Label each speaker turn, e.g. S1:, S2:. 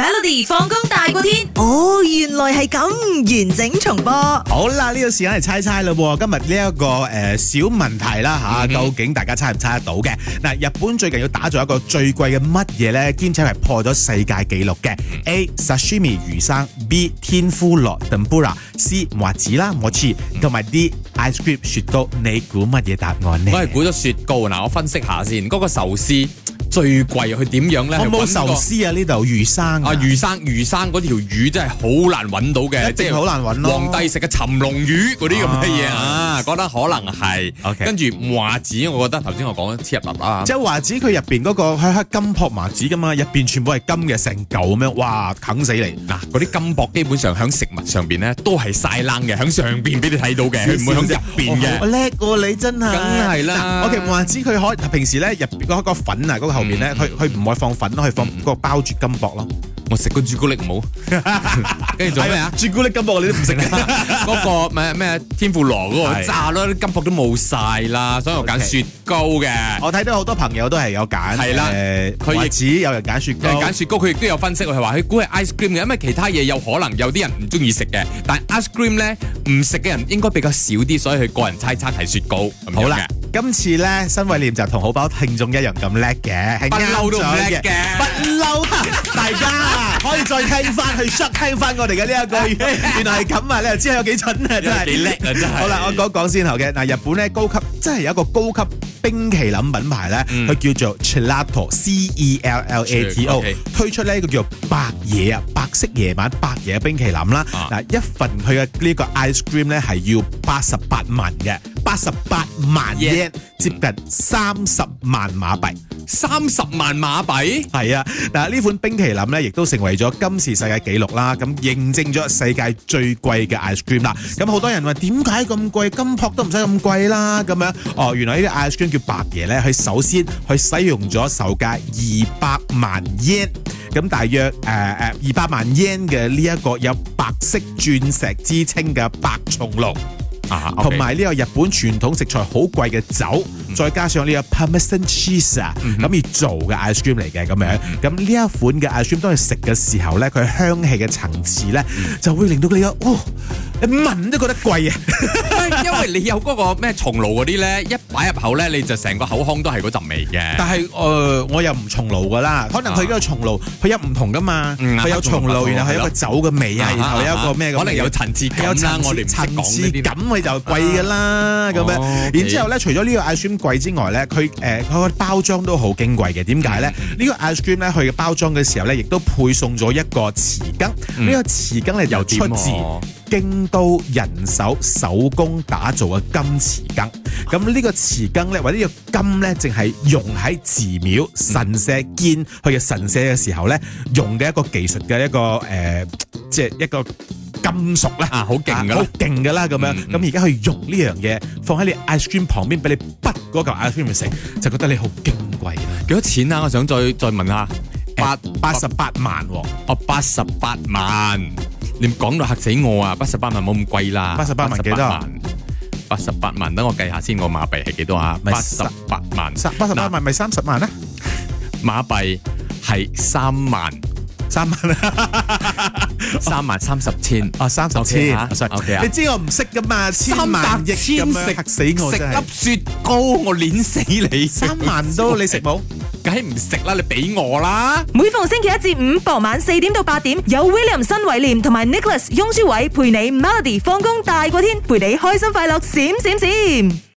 S1: Melody 放工大過天，
S2: 哦，原來係咁，完整重播。
S3: 好啦，呢、個時間係猜猜嘞喎。今日呢一個誒、呃小問題啦吓，
S4: 嗯哼
S3: 究竟大家猜唔猜得到嘅？嗱，日本最近要打造一個最貴嘅乜嘢呢？兼且係破咗世界紀錄嘅。A.
S4: 嗯
S3: sashimi 魚生，B. 天婦羅 tempura，C. 麻子啦 mochi，同
S4: 嗯
S3: 埋 D. ice cream 雪糕。你估乜嘢答案呢？
S4: 我係估咗雪糕嗱，我分析下先，嗰、個壽司最貴佢點樣咧？
S3: 我冇
S4: 係揾個
S3: 壽司啊，呢度魚生啊
S4: 啊，魚生魚生嗰條魚真係好難揾到嘅，
S3: 啊一定好難揾咯
S4: 皇帝食嘅尋龍魚嗰啲咁嘅嘢
S3: 啊
S4: 啊，覺得可能係。
S3: OK
S4: 跟住麻子，我覺得頭先我講切啊入立啦。
S3: 即係華子佢入邊嗰個黑黑金箔麻子噶嘛，入邊全部係金嘅，成嚿咁樣，哇，啃死你！
S4: 嗱，嗰啲金箔基本上喺食物上邊咧都係晒冷嘅，喺上邊俾你睇到嘅，佢唔會喺入邊
S3: 我
S4: 嘅。
S3: 叻喎，你真係。
S4: 梗係啦
S3: 嗱我其實話知佢可平時咧入邊嗰個粉啊，嗰個後邊咧，佢佢唔會放粉咯，佢放嗰個包住金箔咯。
S4: 我食個朱古力唔 好，跟住做咩啊？？
S3: 朱古力金箔你都唔食 嘅。
S4: 嗰個咩咩天婦羅嗰個
S3: 係
S4: 炸咯，啲金箔都冇晒啦，所以我揀
S3: OK
S4: 雪糕嘅。
S3: 我睇到好多朋友都係有揀。
S4: 係啦
S3: 誒
S4: 佢亦
S3: 華子有人揀雪
S4: 有
S3: 糕。
S4: 人揀雪糕，佢亦都有分析，佢話佢估係 ice cream 嘅，因為其他嘢有可能有啲人唔中意食嘅，但係 ice cream 咧唔食嘅人應該比較少啲，所以佢個人猜測係雪糕咁
S3: 好
S4: 樣
S3: 啦
S4: 嘅。，
S3: 今次咧，新偉廉就同好包聽眾一樣咁叻嘅，係
S4: 不嬲都唔叻
S3: 啱咗
S4: 嘅
S3: 不嬲，大家可以再聽翻去 shut 聽翻我哋嘅呢 一個，原來係咁啊！你又知我有幾蠢 啊，真係
S4: 有幾叻啊真係
S3: 好啦，我講講先頭嘅嗱，日本咧高級真係有一個高級冰淇淋品牌咧，
S4: 嗯
S3: 佢叫做 Chelato，C E L L A T O，
S4: OK
S3: 推出呢一個叫做白夜啊，白色夜晚白夜冰淇淋啦。
S4: 啊
S3: 嗱，一份佢嘅呢個 ice cream 咧係要八十八萬嘅，八十八萬 yen，
S4: Yen
S3: 接近三十萬馬幣。
S4: 三十萬馬幣，
S3: 係啊，嗱呢款冰淇淋咧，亦都成為咗今次世界紀錄啦，咁認證咗世界最貴嘅 ice cream 啦。咁好多人話點解咁貴？金箔都唔使咁貴啦，咁樣哦，原來呢啲 ice cream 叫白爺咧，佢首先佢使用咗售價二百萬 yen。咁大約誒誒二百萬 yen 嘅呢一個有白色鑽石之稱嘅白松露，
S4: 啊，OK 嗯
S3: 同埋呢個日本傳統食材好貴嘅酒，再加上呢個 Parmesan cheese 啊，咁而做嘅 ice cream 嚟嘅咁
S4: 嗯
S3: 樣。咁呢一款嘅 ice cream 當你食嘅時候咧，佢香氣嘅層次咧，
S4: 嗯
S3: 就會令到你有哦，你聞都覺得貴 啊！
S4: 因為你有嗰個咩松露嗰啲咧，一擺入口咧，你就成個口腔都係嗰陣味嘅。
S3: 但係誒、呃我又唔重爐噶啦，可能佢嗰個重爐佢有唔同噶嘛，
S4: 啊嗯
S3: 佢有重爐，然後有一個酒嘅味啊，然後有一個咩咁嘅味，
S4: 可能有層次
S3: 有
S4: 感啦
S3: 層，
S4: 我
S3: 次
S4: 哋唔
S3: 層
S4: 識
S3: 次
S4: 講呢
S3: 感
S4: 啲。
S3: 佢就貴㗎啦，咁樣。
S4: 哦，OK
S3: 然之後咧，除咗呢個 ice cream 貴之外咧，佢誒佢個包裝都好矜貴嘅。點解咧？
S4: 嗯
S3: 呢個 ice cream 咧，佢嘅包裝嘅時候咧，亦都配送咗一個匙羹。呢個匙羹咧就
S4: 嗯又點啊
S3: 出自
S4: 喎
S3: 京都人手手工打造嘅金匙羹。咁呢個匙羹咧，或者呢個金咧，淨係用喺寺廟神社建佢嘅神社嘅時候咧，用嘅一個技術嘅一個誒、呃即係一個金屬啦。
S4: 啊，好勁㗎
S3: 好
S4: 啦！
S3: 勁㗎啦咁樣。
S4: 嗯嗯
S3: 咁而家佢用呢樣嘢放喺你 ice cream 旁邊，俾你滗嗰嚿 ice cream 嚟食，就覺得你好矜貴啦。
S4: 幾多錢啊？我想再再問下，八
S3: 八十八萬喎，
S4: 哦，八十八萬，你講到嚇死我啊！八十八萬冇咁貴啦，
S3: 88萬幾多啊？
S4: 八十八萬，等我計下先，我馬幣係幾多啊？
S3: 咪
S4: 八十八萬，
S3: 八十八
S4: 嗱
S3: 萬咪三十萬啦，
S4: 馬幣係三萬，
S3: 三萬啦，
S4: 三萬三十千，
S3: 哦三十
S4: OK
S3: 千
S4: 啊，OK 啊
S3: 你知我唔識㗎嘛，千萬億咁樣嚇死我
S4: 食
S3: 真係
S4: 粒。雪糕，我碾死你！
S3: 三萬都你食冇？
S4: 梗係唔食啦，你俾我啦。
S1: 每逢星期一至五傍晚四點到八點，有 William 新偉廉同埋 Nicholas 雍舒偉陪你 Melody 放工大過天，陪你開心快樂閃閃閃。